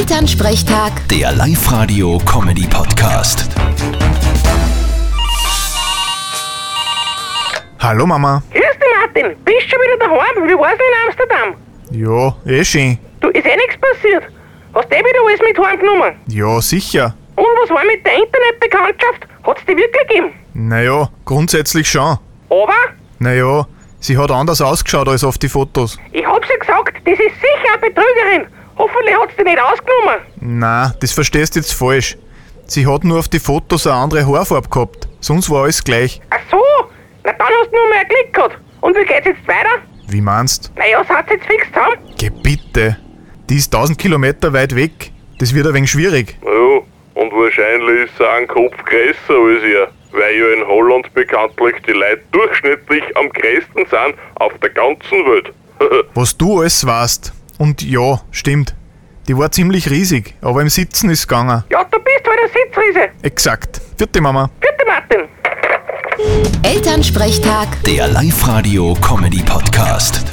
Elternsprechtag, Der Live-Radio-Comedy-Podcast. Hallo Mama. Grüß dich, Martin. Bist schon wieder daheim? Wie war's denn in Amsterdam? Ja, eh schön. Du, ist eh nichts passiert. Hast eh wieder alles mit heimgenommen? Ja, sicher. Und was war mit der Internetbekanntschaft? Hat's die wirklich gegeben? Naja, grundsätzlich schon. Aber, Naja, sie hat anders ausgeschaut als auf die Fotos. ich hab's ja gesagt, das ist sicher eine Betrügerin. Hoffentlich hat's die nicht ausgenommen. Na, das verstehst jetzt falsch. Sie hat nur auf die Fotos eine andere Haarfarbe gehabt. Sonst war alles gleich. Ach so, na dann hast du nur mehr Glück gehabt. Und wie geht's jetzt weiter? Wie meinst? Naja, seid jetzt fix zusammen? Geh bitte. Die ist 1000 Kilometer weit weg. Das wird ein wenig schwierig. Ja, und wahrscheinlich ist er ein Kopf größer als ihr, weil ja in Holland bekanntlich die Leute durchschnittlich am größten sind auf der ganzen Welt. Was du alles weißt. Und ja, stimmt. Die war ziemlich riesig, aber im Sitzen ist gegangen. Ja, du bist halt eine Sitzriese. Exakt. Vierte Mama. Bitte, Martin. Elternsprechtag. Der Live-Radio-Comedy-Podcast.